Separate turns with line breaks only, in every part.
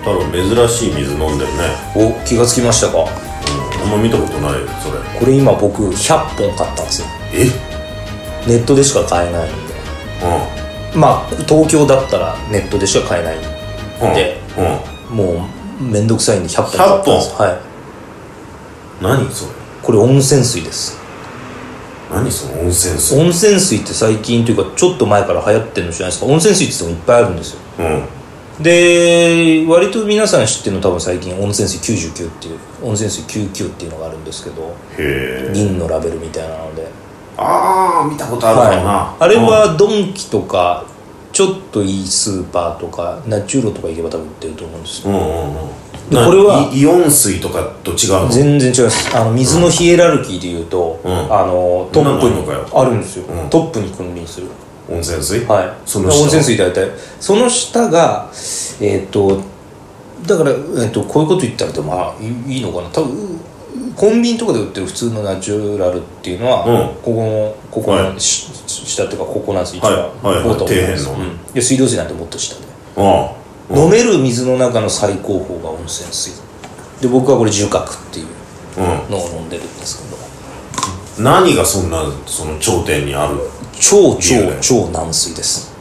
太郎珍しい水飲んでるね
お気がつきましたか
あんま見たことないよそれ
これ今僕100本買ったんですよ
え
ネットでしか買えないんで
う
まあ東京だったらネットでしか買えない
んうん
で
うん
もうめんどくさいんで100本買ったんです
100
はい
何それ
これ温泉水です
何その温泉水
温泉水って最近というかちょっと前から流行ってるのじゃないですか温泉水って言ってもいっぱいあるんですよ
うん
で割と皆さん知ってるの多分最近温泉水99っていう温泉水99っていうのがあるんですけど
へえ
銀のラベルみたいなので
ああ見たことあるかもな
あれはドンキとかちょっといいスーパーとかナチュロとか行けば多分売ってると思うんですよ
うんうんうん
で
な
これは
イイオン水とかと違うの
全然違いますあの水のヒエラルキーでいうと、
うん
あのトップ
そんなのあるの
に
かよ
あるんですよ、
うん
トップに君臨する
温泉水
はい
その下は
温泉水大体その下がえっ、とだから、えー、とこういうこと言ったらでもまあいいいのかな多分コンビニとかで売ってる普通のナチュラルっていうのは、
うん
ここのここの、
はい
し下っていうかここなんです一
はいは
番
いはい
ボトムなんです
底辺の
うんで水道水なんてもっと下で、
ああ
飲める水の中の最高峰が温泉水で僕はこれ重覚っていう
う
のを飲んでるんですけど
ん何がそんなその頂点にある
超
いいよね
超超軟水です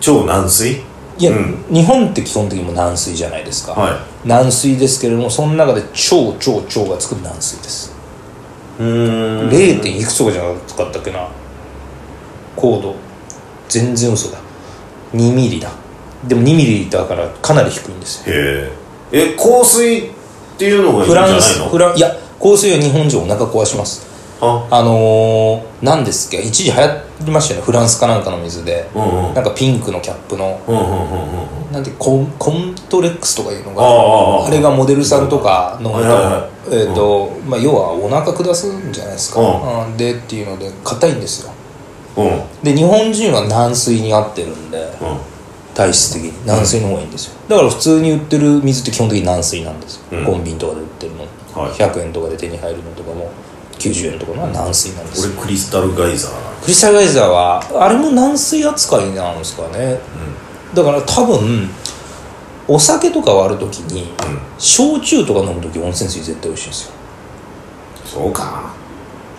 超軟水
いや、
うん
日本って基本的にもう軟水じゃないですか、
は
軟水ですけれどもその中で超超超がつく軟水です、
いうーん
0. 点いくつとかじゃなかったっけな高度全然嘘だ2ミリだでも2ミリだからかなり低いんですよ
へええ香水っていうのがいいん
フ
じゃ
ラ
ない
ンス
の
フランいや香水は日本人お腹壊します
あ
あのー、何ですっけ一時流行りましたよねフランスかなんかの水で、
うんうん
なんかピンクのキャップの
うんうんうんうんうん
なんてコンコントレックスとかいうのが
ああああ
れがモデルさんとか飲むと,、
はいはいは
えーとまあ、要はお腹下すんじゃないですか、
う
うんでっていうので硬いんですよ
うんうん
で日本人は軟水に合ってるんで体質的に軟水の方がいいんですよ、だから普通に売ってる水って基本的に軟水なんですよ、
うん
コンビニとかで売ってるの、
はい
100円とかで手に入るのとかも90円とかのは軟水なんですよ
俺クリスタルガイザーだ
クリスタルガイザーはあれも軟水扱いなんですかねだから多分お酒とか割るときに、
うんうん
焼酎とか飲むとき温泉水絶対美味しいんですよ
そうか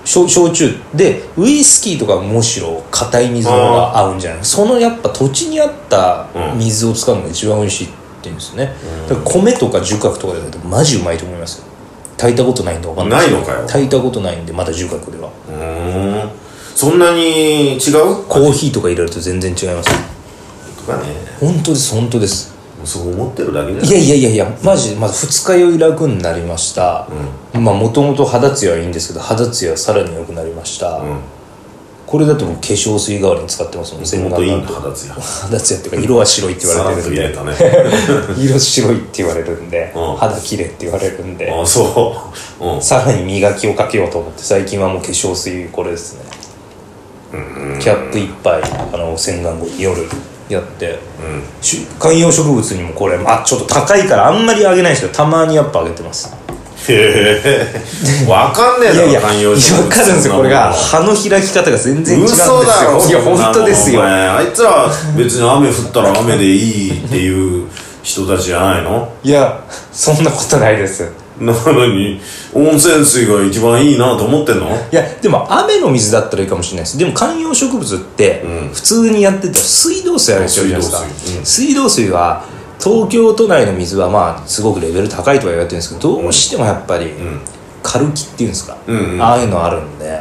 焼焼酎でウイスキーとかむしろ硬い水の方が合うんじゃないそのやっぱ土地に合った水を使うのが一番美味しいって言うんですね、だから米とか重覚とかでやるとマジうまいと思いますよ炊いたことないんで分かんないですけど
ないのかよ
炊いたことないんでまだ重覚では
うーんそんなに違う
コーヒーとか入れると全然違います
とかね
本当です本当です
もうそう思ってるだけ
い
じ
やいやいやいやマジでまず二日酔い楽になりました、まあもともと肌ツヤはいいんですけど肌ツヤはさらに良くなりました、
ゃんうん
これだと僕化粧水代わりに使ってますもん洗
もっ
顔
といい
なんん
だ
て
肌ツヤ
肌ツヤっていうか色は白いって言
さ
われ
ら
て
っ
る
と
ん
見れ
で
たね
色白いって言われるんで、
うん
肌綺麗って言われるんで
あそううん
さらに磨きをかけようと思って最近はもう化粧水これですねキャップ一杯あの洗顔後夜やって
うん
し観葉植物にもこれあちょっと高いからあんまりあげないんですけどたまにやっぱあげてます
へえわかんねえ
い
だ
やい
ろ
や、
観葉植物
わかるんですよ、これが。葉の開き方が全然違うんですよ。
嘘だろ
いや、
そんなもん
本当ですよ
お。前あいつらは別に雨降ったら雨でいいっていう人たちじゃないの
いや、そんなことないです。
なのに温泉水が一番いいなと思ってんの
いや、でも雨の水だったらいいかもしれないです。でも観葉植物って
うん、
普通にやってたら水道水あるでしょ、
水道
水道
水
水。水道水は、東京都内の水はまあ、すごくレベル高いとは言われてるんですけど、どうしてもやっぱり、
ん
カルキっていうんですか、
うんうん
ああいうのあるんで、
ん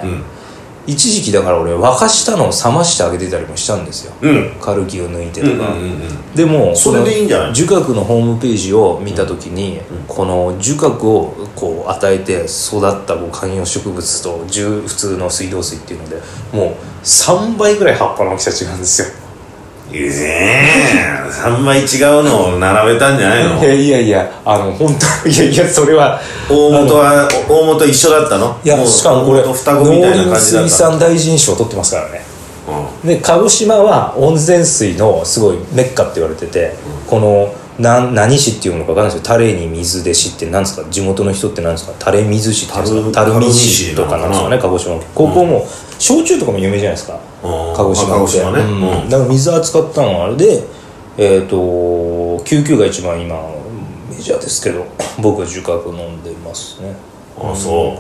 一時期だから俺、沸かしたのを冷ましてあげてたりもしたんですよ。
うん
カルキを抜いてと
う
か。
んうんうんうん
でも
それでいいんじゃない
儒学のホームページを見た時に、この儒学をこう与えて育ったこう観葉植物と重普通の水道水っていうのでもう3倍ぐらい葉っぱの大きさ違うんですよ
ええ3倍違うのを並べたんじゃ ないの
いやいやいやあの本当いやいやそれは
大元は大元一緒だったの
いや
もう
しかもこれ
大元双子みたいな
農
感じだ
水
ったの
産大臣賞を取ってますからね
うん
で鹿児島は温泉水のすごいメッカって言われてて、このなん何市っていうのか分かんないですけどタレに水で市って何ですか地元の人って何ですかタレ水市って言うんですか
た
タ
る
ルミ市とかなんですかね鹿児島高校も焼酎とかも有名じゃないですか
うん
鹿児島って
あ鹿児島ね
うん
うん
だから水扱ったのはあれでえっ、と救急が一番今メジャーですけど 僕は重角飲んでますね
あそ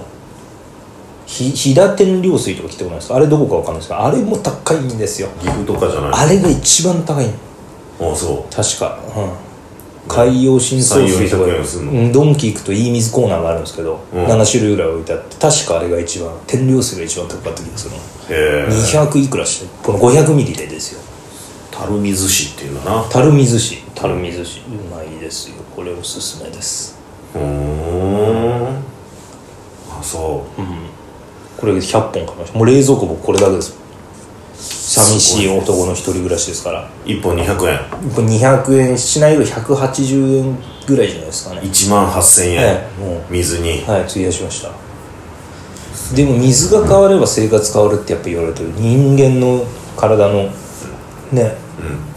ひ飛騨天領水とか聞いてこないですかあれどこかわかんないですけどあれも高いんですよ
う岐阜とかじゃない
あれが一番高い
あそ
確か、うん、海洋深層水とか
300 400円すんの
うんドンキ行くといい水コーナーがあるんですけど、
うん
7種類ぐらい置いてあって確かあれが一番天領水が一番高かった気がするな
うへえ
200いくらしてこの500ミリでですよ
樽水市っていうんだな
樽水市樽水市うまいですよこれおすすめです
ふーんあそ
これ100本買いましたもう冷蔵庫僕これだけです寂しい男の一人暮らしですから
う1本200円
これ200円しないより180円ぐらいじゃないですかね
1万8000円、
ええもう
水に
はい費やしましたでも水が変われば生活変わるってやっぱ言われてる人間の体のね、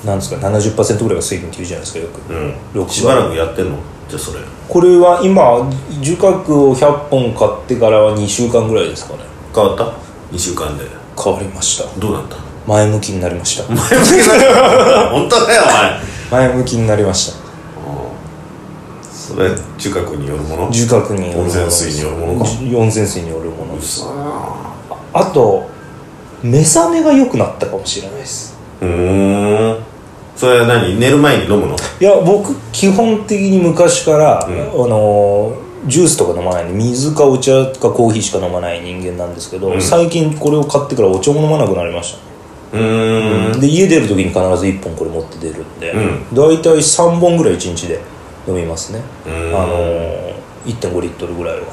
なんですか70%ぐらいが水分って言うじゃないですかよく、
うん、
六番
しばらくやってんのじゃあそれ
これは今樹角を100本買ってからは2週間ぐらいですかね
変わった2週間で
変わりました
どう なった
前向きになりました
本当だよ
前向きになりました
お前それ中学によるもの
樹角によるもの
温泉水によるものか
温泉水によるもの
う
です
そー
あと目覚めが良くなったかもしれないです
うーんそれは何寝る前に飲むの
いや僕基本的に昔から、
ん
あのージュースとか飲まないんで水かお茶かコーヒーしか飲まない人間なんですけど、
うん
最近これを買ってからお茶も飲まなくなりました
うーん
で家出る時に必ず1本これ持って出るんで、
うん
大体3本ぐらい1日で飲みますね、
う
あ
ーん
のー1.5リットルぐらいは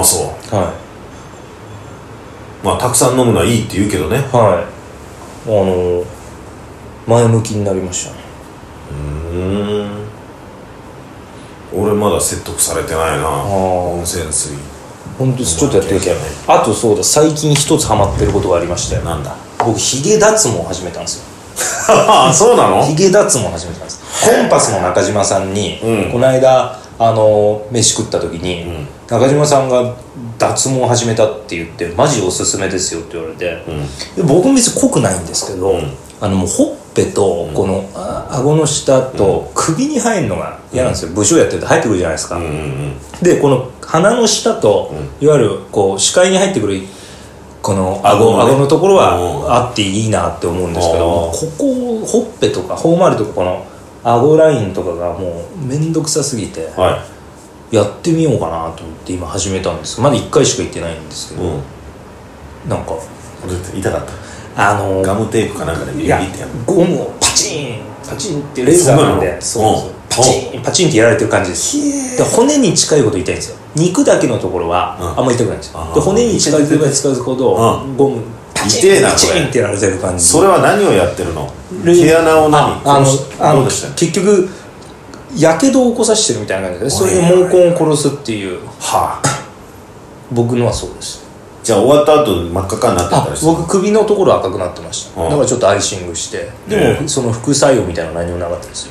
あそ
は
うまあたくさん飲むのはいいって言うけどね
いはいあのー前向きになりましたね
うーん俺まだ説得されてないな温泉水
本当ですちょっとやってみてあとそうだ最近一つハマってることがありましたよ
なんだ
僕ヒゲ脱毛を始めたんですよ
あそうなの
ヒゲ脱毛を始めたんですコンパスの中島さんに、
うん
この間あの飯食った時に、
ん
中島さんが脱毛を始めたって言ってマジおすすめですよって言われて、
うん
で僕も別に濃くないんですけど、
うん
あのもうほっぺとこのあ顎の下と首に入るのが嫌なんですよ、武将やってると入ってくるじゃないですか、
うんうん
でこの鼻の下と、いわゆるこう視界に入ってくるこの顎
顎の
顎,、
ね
のところ
うん
はあっていいなって思うんですけど
あ
ここほっぺとか頬周りとかこの顎ラインとかがもう面倒くさすぎて
うんは
やってみようかなと思って今始めたんですまだ1回しか行ってないんですけ
い
ど、
うん
なんか
俺って痛かった
あの
ガムテープかなんかでビ
い
リビ
や
リってやる
ゴムをパチンパチンってレーザーなんで
そうなの
そ
う
う
ん
パチンパチンってやられてる感じですで骨に近いほど痛いんですよ肉だけのところは
うん
あんまり痛くないんですよ
あー
で骨に近づけば近づくほ
う
どゴムパチ
痛え
ン
な
パチ
これ
ンってやられてる感じ
それは何をやってるの
レ
毛穴を何
あのあ
どう
の
でした
結局やけどを起こさせてるみたいな感じでそれで毛根を殺すっていう
はあ
僕のはそうです
じゃあ終わった後真っ赤っかになってた
あ
りする
僕首のところ赤くなってました
うん
だからちょっとアイシングしてで
ね
もその副作用みたいなのは何もなかったです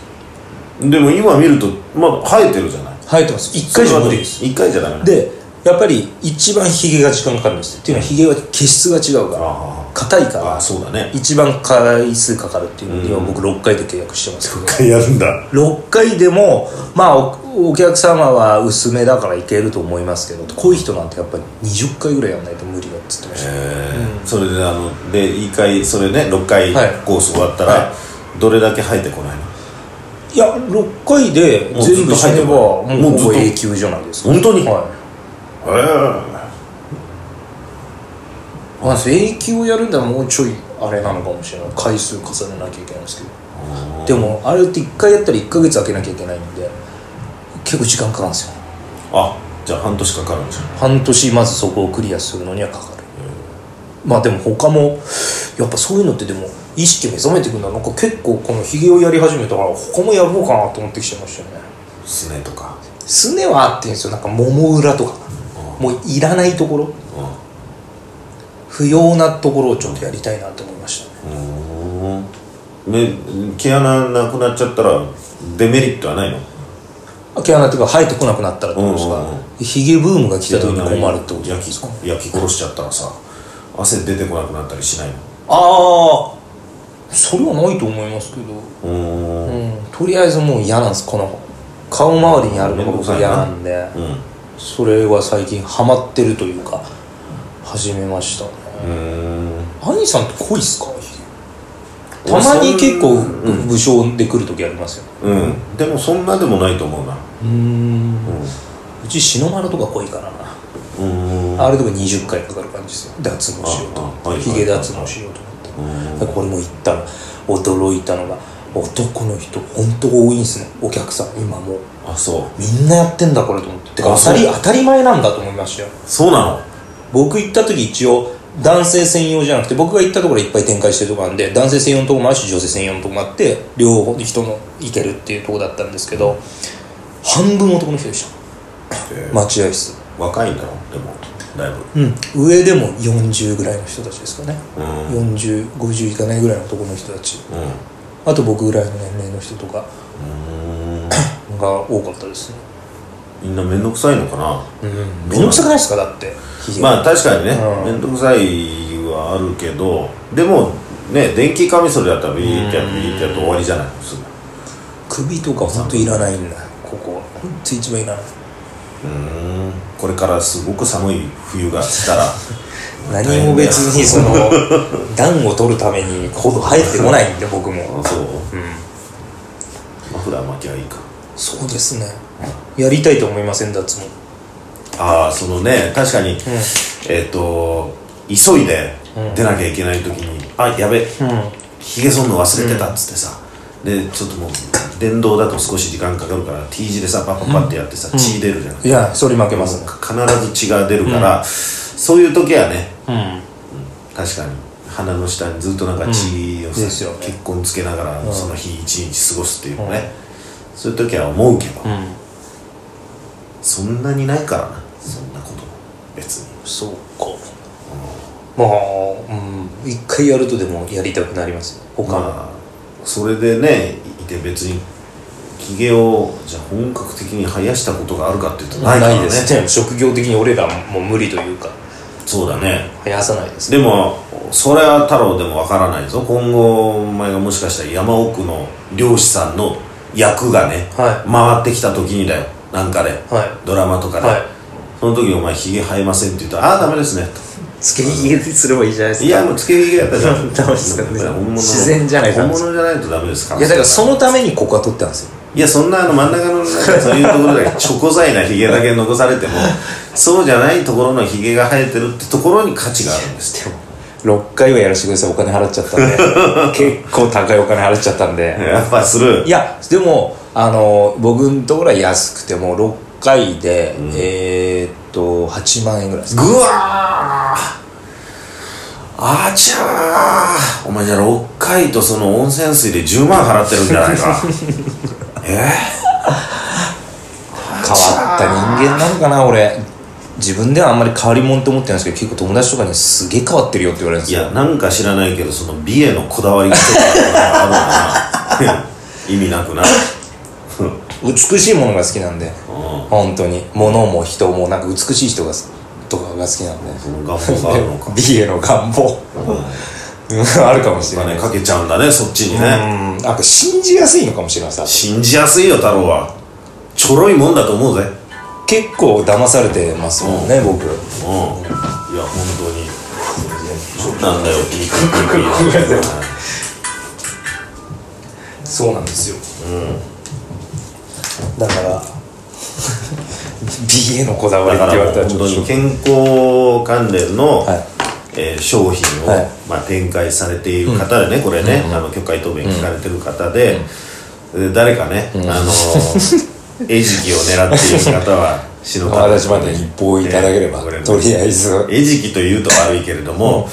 よ
でも今見るとまあ生えてるじゃない
生えてます1回じゃ無理です
一回じゃダメなの
でやっぱり一番ヒゲが時間かかるんですよっていうのはヒゲは毛質が違うから
あ
硬いか
あああ
ら
そうだね
一番回数かかるっていうので今僕6回で契約してますけど
回やるんだ
6回でもまあおお客様は薄めだからいけると思いますけどこういう人なんてやっぱり20回ぐらいやんないと無理だっつってました
えーそれであので一回それね6回
はい
コース終わった
は
らどれだけ生えてこないの
いや6回で
もうずっ
全
と
部死ねばも
入ってこないうもうずっ
ほ
と
ぼ永久じゃないですか
本当に
はい
え
まあ、永久をやるんだらもうちょいあれなのかもしれない回数重ねなきゃいけないんですけどでもあれって1回やったら1ヶ月空けなきゃいけないんで結構時間かかるんですよ
えあじゃあ半年かかるんじゃん
半年まずそこをクリアするのにはかかるまあでも他もやっぱそういうのってでも意識目覚めてくるんだなんか結構このヒゲをやり始めたから他もやろうかなと思ってきちゃいましたよね
すねとか
すねはあってんですよなんかもも裏とかもういらないところ不要なところをちょっとやりたいなと思いましたね
うんめ毛穴なくなっちゃったらデメリットはないの
毛穴っていうか生えてこなくなったらどうですか、
うんうんうん
ヒゲブームが来た時に困るってこと
焼き焼き殺しちゃったらさ汗出てこなくなったりしないの
ああそれはないと思いますけど、
うーん
うん、とりあえずもう嫌なんですこの顔周りにあるの
面
が
倒くさ
僕
いな
嫌なんで
うん
それは最近ハマってるというか始めましたね
うーん
兄さんって濃いっすかたまに結構
うん
武将で来る時ありますよ
うんでもそんなでもないと思うな
うーんうち篠原とか濃いからな
うんうーん
あれとか20回かかる感じですよ脱毛しようと思
ああは
っ
い
てヒゲ脱毛しようと思って
うーん
でこれも言ったら驚いたのが男の人本当多いんですねお客さん今もう
あそう
みんなやってんだこれと思っててか
あ
当たり
そう
当たり前なんだと思いましたよ
そうな
僕行った時一応男性専用じゃなくて僕が行ったところいっぱい展開してるとこなんで男性専用のとこもあるし女性専用のとこもあって両方人の行けるっていうとこだったんですけど半分男の人でし
へ
た待合室
の若いんだろでもだいぶ
うん上でも40ぐらいの人たちですかね
うんうん
4050いかないぐらいの男の人たちあと僕ぐらいの年齢の人とか
うーん
が多かったですね
みんな面倒くさいのかな
うん面倒くさくないですかだってひげ
まあ確かにね
うん
面倒くさいはあるけどでもね電気カミソリだったらビーってやってビーってやって終わりじゃないすぐ
首とか本当いらないんだここ本当一番いらない
うんこれからすごく寒い冬が来 たら
何も別にその暖を取るためにほど生えてこないんで僕も
あそう
うん
マフラー巻きゃいいか
そうですねやりたいと思いません脱毛
ああそのね確かに、えっ、と急いで
うん
出なきゃいけない時に「あやべ
うん
ひげ剃んの忘れてた」っつってさ、でちょっともう電動だと少し時間かかるから T 字でさパッパッパッってやってさ、血出るじゃない
いやそれ負けますね
必ず血が出るから、そういう時はね
うん
確かに鼻の下にずっとなんか血を
うん
さ、
ですよね
結婚つけながらその日一日過ごすっていうのね、そういう時は思うけど、
うん
そんなにないからなそんなこと別に
そうかまあうん一回やるとでもやりたくなります他の
まあそれでねいて別にひげをじゃあ本格的に生やしたことがあるかっていうとないから
な
ね
いですね職業的に俺らも無理というか
そうだね
生やさないですね
でもそれは太郎でもわからないぞ今後お前がもしかしたら山奥の漁師さんの役がね、
は
回ってきた時にだよなんかで、
は
ドラマとかで、
はい
その時にお前ひげ生えませんって言うとああダメ ですね
つけひげすればいいじゃないです
いやもうつけひげやったら
ダメですかね
本物の
自然じゃないと
本
ダメです
物じゃないとダメですから
いやだからそのためにここは取ってたんですよ
いや、そんなあの真ん中のなんかそういうところだけ、 チョコザイなヒゲだけ残されても、そうじゃないところのヒゲが生えてるってところに価値があるんです。
でも6回はやらせてくださいお金払っちゃった んで結構高いお金払っちゃったんで
やっぱする
い。やでもあの僕のところは安くても6回で、えーっと8万円ぐらいです
ぐわーあちゃーお前じゃあ6回とその温泉水で10万払ってるんじゃない か。え
変わった人間なのかな俺自分ではあんまり変わり者って思ってないんですけど結構友達とかにすげえ変わってるよって言われるん
ー
で
い
すよ
や、なんか知らないけど、その美へのこだわりがちょっとあるのか な。意味なくな。
美しいものが好きなんで
うん
本当に物も人もなんか美しい人がとかが好きなんで
その願望があるのか。
美への願望うん あるかもし
お
れない
金かけちゃうんだね、そっちにね。
うんなんか信じやすいのかもしれないさ
信じやすいよ太郎はちょろいもんだと思うぜ
結構騙されてますもんね、
うんい
僕
や本当になんだ よピークピークピーク
そうなんですよ、だから 美へのこだわり
だ
って
か
言わ
ら
れたらち
本
ょっと
当
ショ
に
ック
健康関連の、
はい
えー商品を、
はい
まあ、展開されている方でね、これね、あの許可答弁聞かれてる方で、で誰かね、あの 餌食を狙っている方は篠田
私まで一報いただければ、
ね
とりあえず
餌食というと悪いけれども、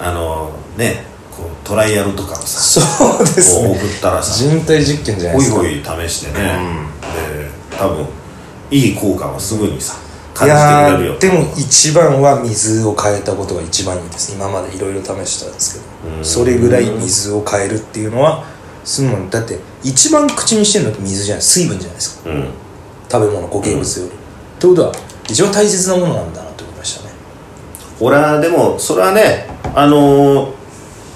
あのねこうトライアルとかをさ
そうです
こう
ね
送ったらさ
人体実験じゃない
お
で
い
すか
おい試してね、で多分いい効果はすぐにさ感
い
じてく
や
れるよ
ーでも一番は水を変えたことが一番いいです今までいろいろ試したんですけどそれぐらい水を変えるっていうのはすんのだって一番口にしてるのって水じゃない水分じゃないです
う
か
ん
食べ物固形物より、ってことは一番大切なものなんだなと思いましたね
俺はでもそれはねあのー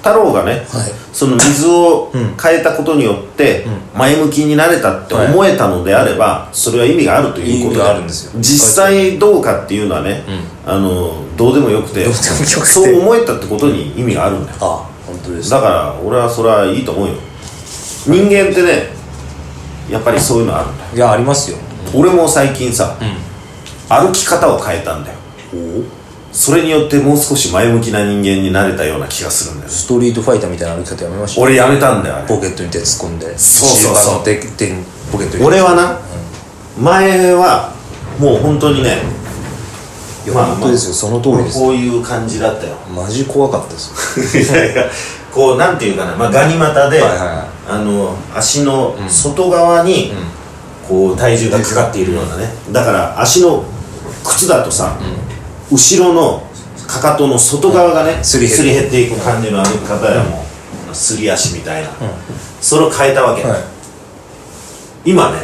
太郎がねその水を変えたことによって前向きになれたって思えたのであればそれは意味があるということ
意味があるんですよ
実際どうかっていうのはねあのどうでもよくて
どうでもよくて
そう思えたってことに意味があるんだよ
あ本当です
だから俺はそれはいいと思うよ人間ってねやっぱりそういうのあるんだよ
いやありますよ
俺も最近さ歩き方を変えたんだよそれによってもう少し前向きな人間になれたような気がするんだよね
ストリートファイターみたいな歩き方やめました
俺やめたんだよあれ
ポケットに手突っ込んで
そうそうそう
シルバーの手手にポケットに
俺はな、前はもう本当にね
いや本当ですよその通りです
こういう感じだったよ
マジ怖かったです
いやいやこうなんていうかな、まあ、ガニ股で、
はいはいはい
あの足の外側に、こう体重がかかっているようなねだから足の靴だとさ、後ろのかかとの外側がね、
すり減る
減っていく感じの歩き方やもうすり足みたいな、それを変えたわけ、
はい
今ね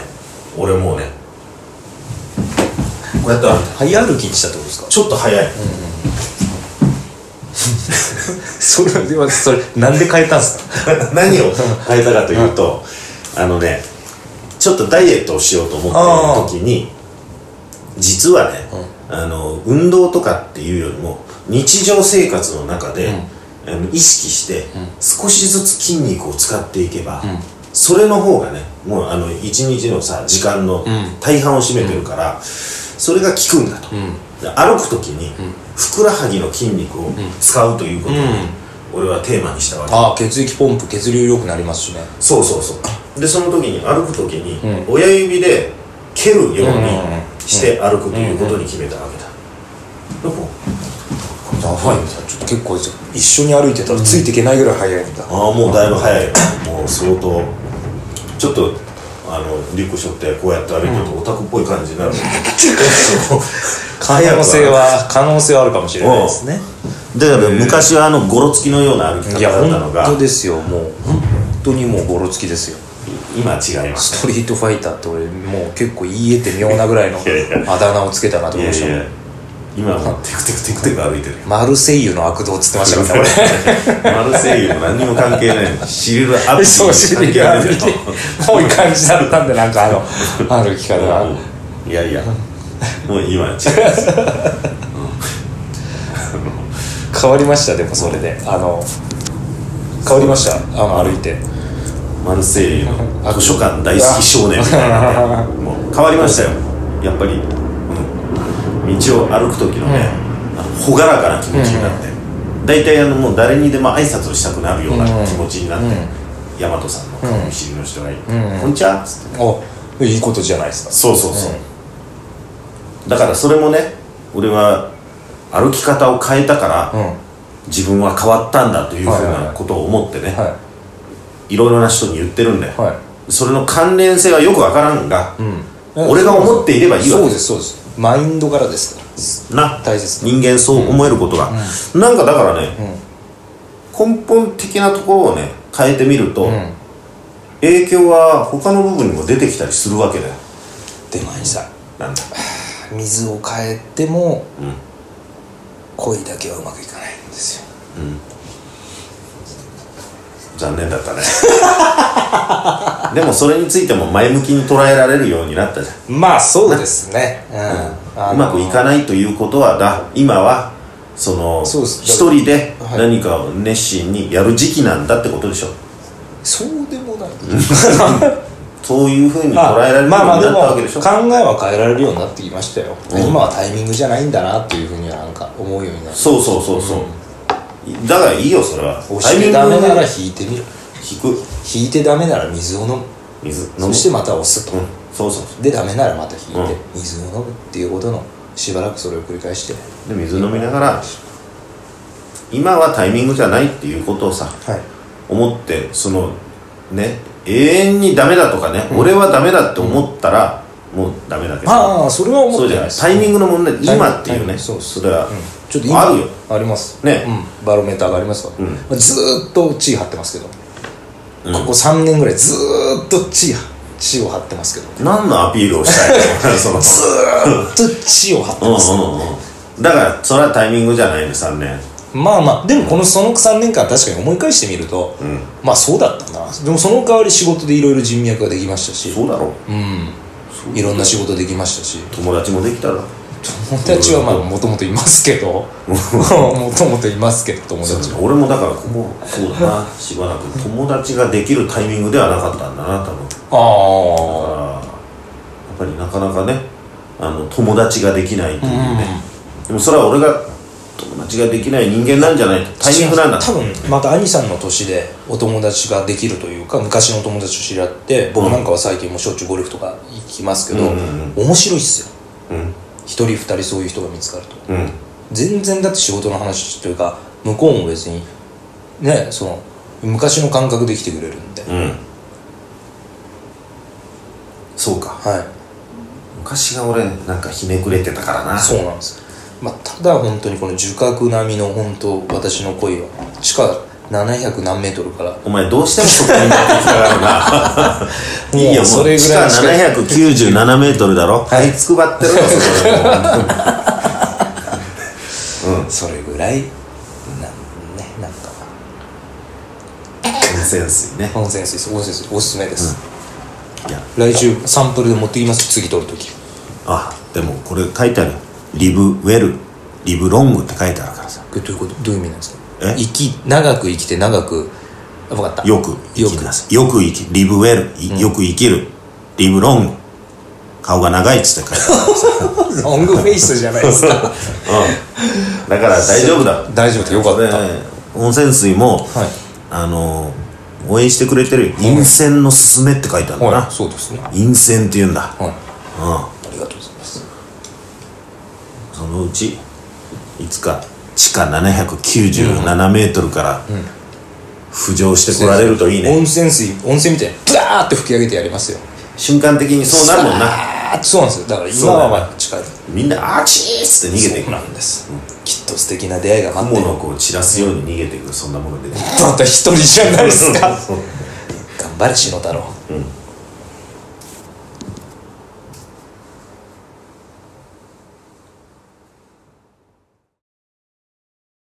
俺もうねこうやって歩いてる
早歩きにしたってことですか
ちょっと早い、
それではそれなんで変えたんですか
何を変えたかというと、あのねちょっとダイエットをしようと思っている時に実はね、あの運動とかっていうよりも日常生活の中で、あの意識して少しずつ筋肉を使っていけば、それの方がねもうあの一日のさ時間の大半を占めてるから、それが効くんだと、で歩く時に、ふくらはぎの筋肉を使うということを、俺はテーマにしたわけ
ああ血液ポンプ血流良くなりますしね
そうそうそうでその時に歩く時に親指で蹴るようにして歩くということに決めたわけだどこ
やばいんだちょっと結構ですよ一緒に歩いてたらついていけないぐらい早いんだ、
ああもうだいぶ早いよもう相当ちょっとあのリュック背負ってこうやって歩いてるとオタクっぽい感じになる
可能性は可能性はあるかもしれないですね
だから昔はあのゴロつきのような歩き方
いや
だったの
本
が
当ですよもう本当にもうゴロつきですよ
今違います
ストリートファイターって俺もう結構言い得て妙なぐらいの
いやい
あだ名をつけたなと
いや
思いま
い
したもん
や今はもうテクテクテクテク歩いてるよ
マルセイユの悪童っつってましたからね
マルセイユも何にも関係ないシルバーアップ
俺
に
そう知り合い
関係
に
ない
こういう感じだったんでなんかあの歩き方が
いやいやもう今は違います
変わりましたでもそれであの変わりましたあの歩いて
マルセイユの図書館大好き少年みたいなねもう変わりましたよやっぱり、うん、道を歩く時のね、あの朗らかな気持ちになって、大体あのもう誰にでも挨拶をしたくなるような気持ちになって、大和さんの顔見知りの人がいて「こんにちは」っつって
おいいことじゃないですか
そうそうそう、だからそれもね俺は歩き方を変えたから、
うん
自分は変わったんだというふう
はいはい
な
はい
ことを思ってね、い
は
ろいろな人に言ってるんだよ、
いはい
それの関連性はよくわからんが、
うん
俺が思っていればいいわ
そう
け
ですそうですマインドからですから
な
大切
人間そう思えることが、なんかだからね、根本的なところをね変えてみると、影響は他の部分にも出てきたりするわけだよ
でも兄さん
なんだ
水を変えても、恋だけはうまくいかないんですよ
残念だったね でもそれについても前向きに捉えられるようになったじゃん
まあそうですね、うんあ
う
の
まくいかないということはだ今はその
そうです
一人で
はい
何かを熱心にやる時期なんだってことでしょ
そうで もない
そういうふうに捉えられるように
まあ
な
まあ
っ
で
た
も
わ
考
け
え
でしょ
は変えられるようになってきましたよ、今はタイミングじゃないんだなっていうふうにはなんか思うようになる
そうそうそうそう、だからいいよそれは
押してダ
タ
メ
イミン
な
グ
ら
で
引いてみる
引く
引いてダメなら水を飲む
水飲む
そしてまた押すと、
うんそうそうそ
でダメならまた引いて
う
水を飲むっていうことのしばらくそれを繰り返して
うで水飲みながら今はタイミングじゃないっていうことをさ
はい
思ってそのね永遠にダメだとかね、俺はダメだって思ったら、もうダメだけど
ああそれは思
そう
って
じゃな
ない
い
です
タイミングの問題
タイミング
今っていう
タイミン
ね
グそう
それは
ちょっと
あるよ
あります
ね
うん、バロメーターがありますから、
うん
まあずーっと地位張ってますけど、ここ3年ぐらいずーっと地位地を張ってますけど
何のアピールをしたい のその
ずーっと地位を張ってます、
うんうんうんだからそれはタイミングじゃないね3年
まあまあでもこのその3年間確かに思い返してみると、
うん
まあそうだったなでもその代わり仕事でいろいろ人脈ができましたし
そうだろ
うんいろんな仕事できましたし
友達もできたら
友達はまあもともといますけ どもともといますけど友達は
俺もだからここそうだなしばらく友達ができるタイミングではなかったんだな多分だから
ああ
やっぱりなかなかねあの友達ができないっていうね、でもそれは俺が友達ができない人間なんじゃないとタイミングなんだ
多分また兄さんの年でお友達ができるというか昔のお友達と知り合って僕なんかは最近もしょっちゅうゴルフとか行きますけど、
うん
面白いっすよ
うん
一人二人そういう人が見つかると
うん
全然だって仕事の話というか向こうも別にねその昔の感覚で来てくれるんで、
うんそうか
はい
昔が俺なんかひねくれてたからな
そうなんです、まあ、ただ本当にこの樹角並みの本当私の恋は地下700何メートルから
お前どうしてもそこに持ってきたからない いよもう
それぐらいし
地
か
下797メートルだろはいつくばってるよそこでもう
それぐらいなんねなんか
温泉水ね
温泉水です温泉水おすすめです、
いや
来週サンプルで持ってきます次撮るとき
あでもこれ書いてあるリブウェルリブロングって書いてあるからさ
どういうことどういう意味なんですか
え
生き長く生きて長く分かった
よく生きなさいよく生きリブウェル、いよく生きるリブロング顔が長いっつって書いて
ロングフェイスじゃないですか
ある だから 大丈夫だ
大丈夫ですよかった、
ね温泉水も、
はい
あの応援してくれてるよ陰線のすすめって書いてあるんだな、
はいそうですねはい
陰線って言うんだ、
ありがとうございます
そのうちいつか地下797メートルから浮上してこられるといいね、
温泉水温泉みたいにブワーって吹き上げてやりますよ
瞬間的にそうなるもんな
あーそうなんですよだから今はまあ近い
みんなあーちーっつって逃げてい
そ
く
うなんです、きっと素敵な出会いが待って
雲
る
の子を散らすように逃げていくそんなものでね
また一人じゃないですか頑張れ篠太郎、うん、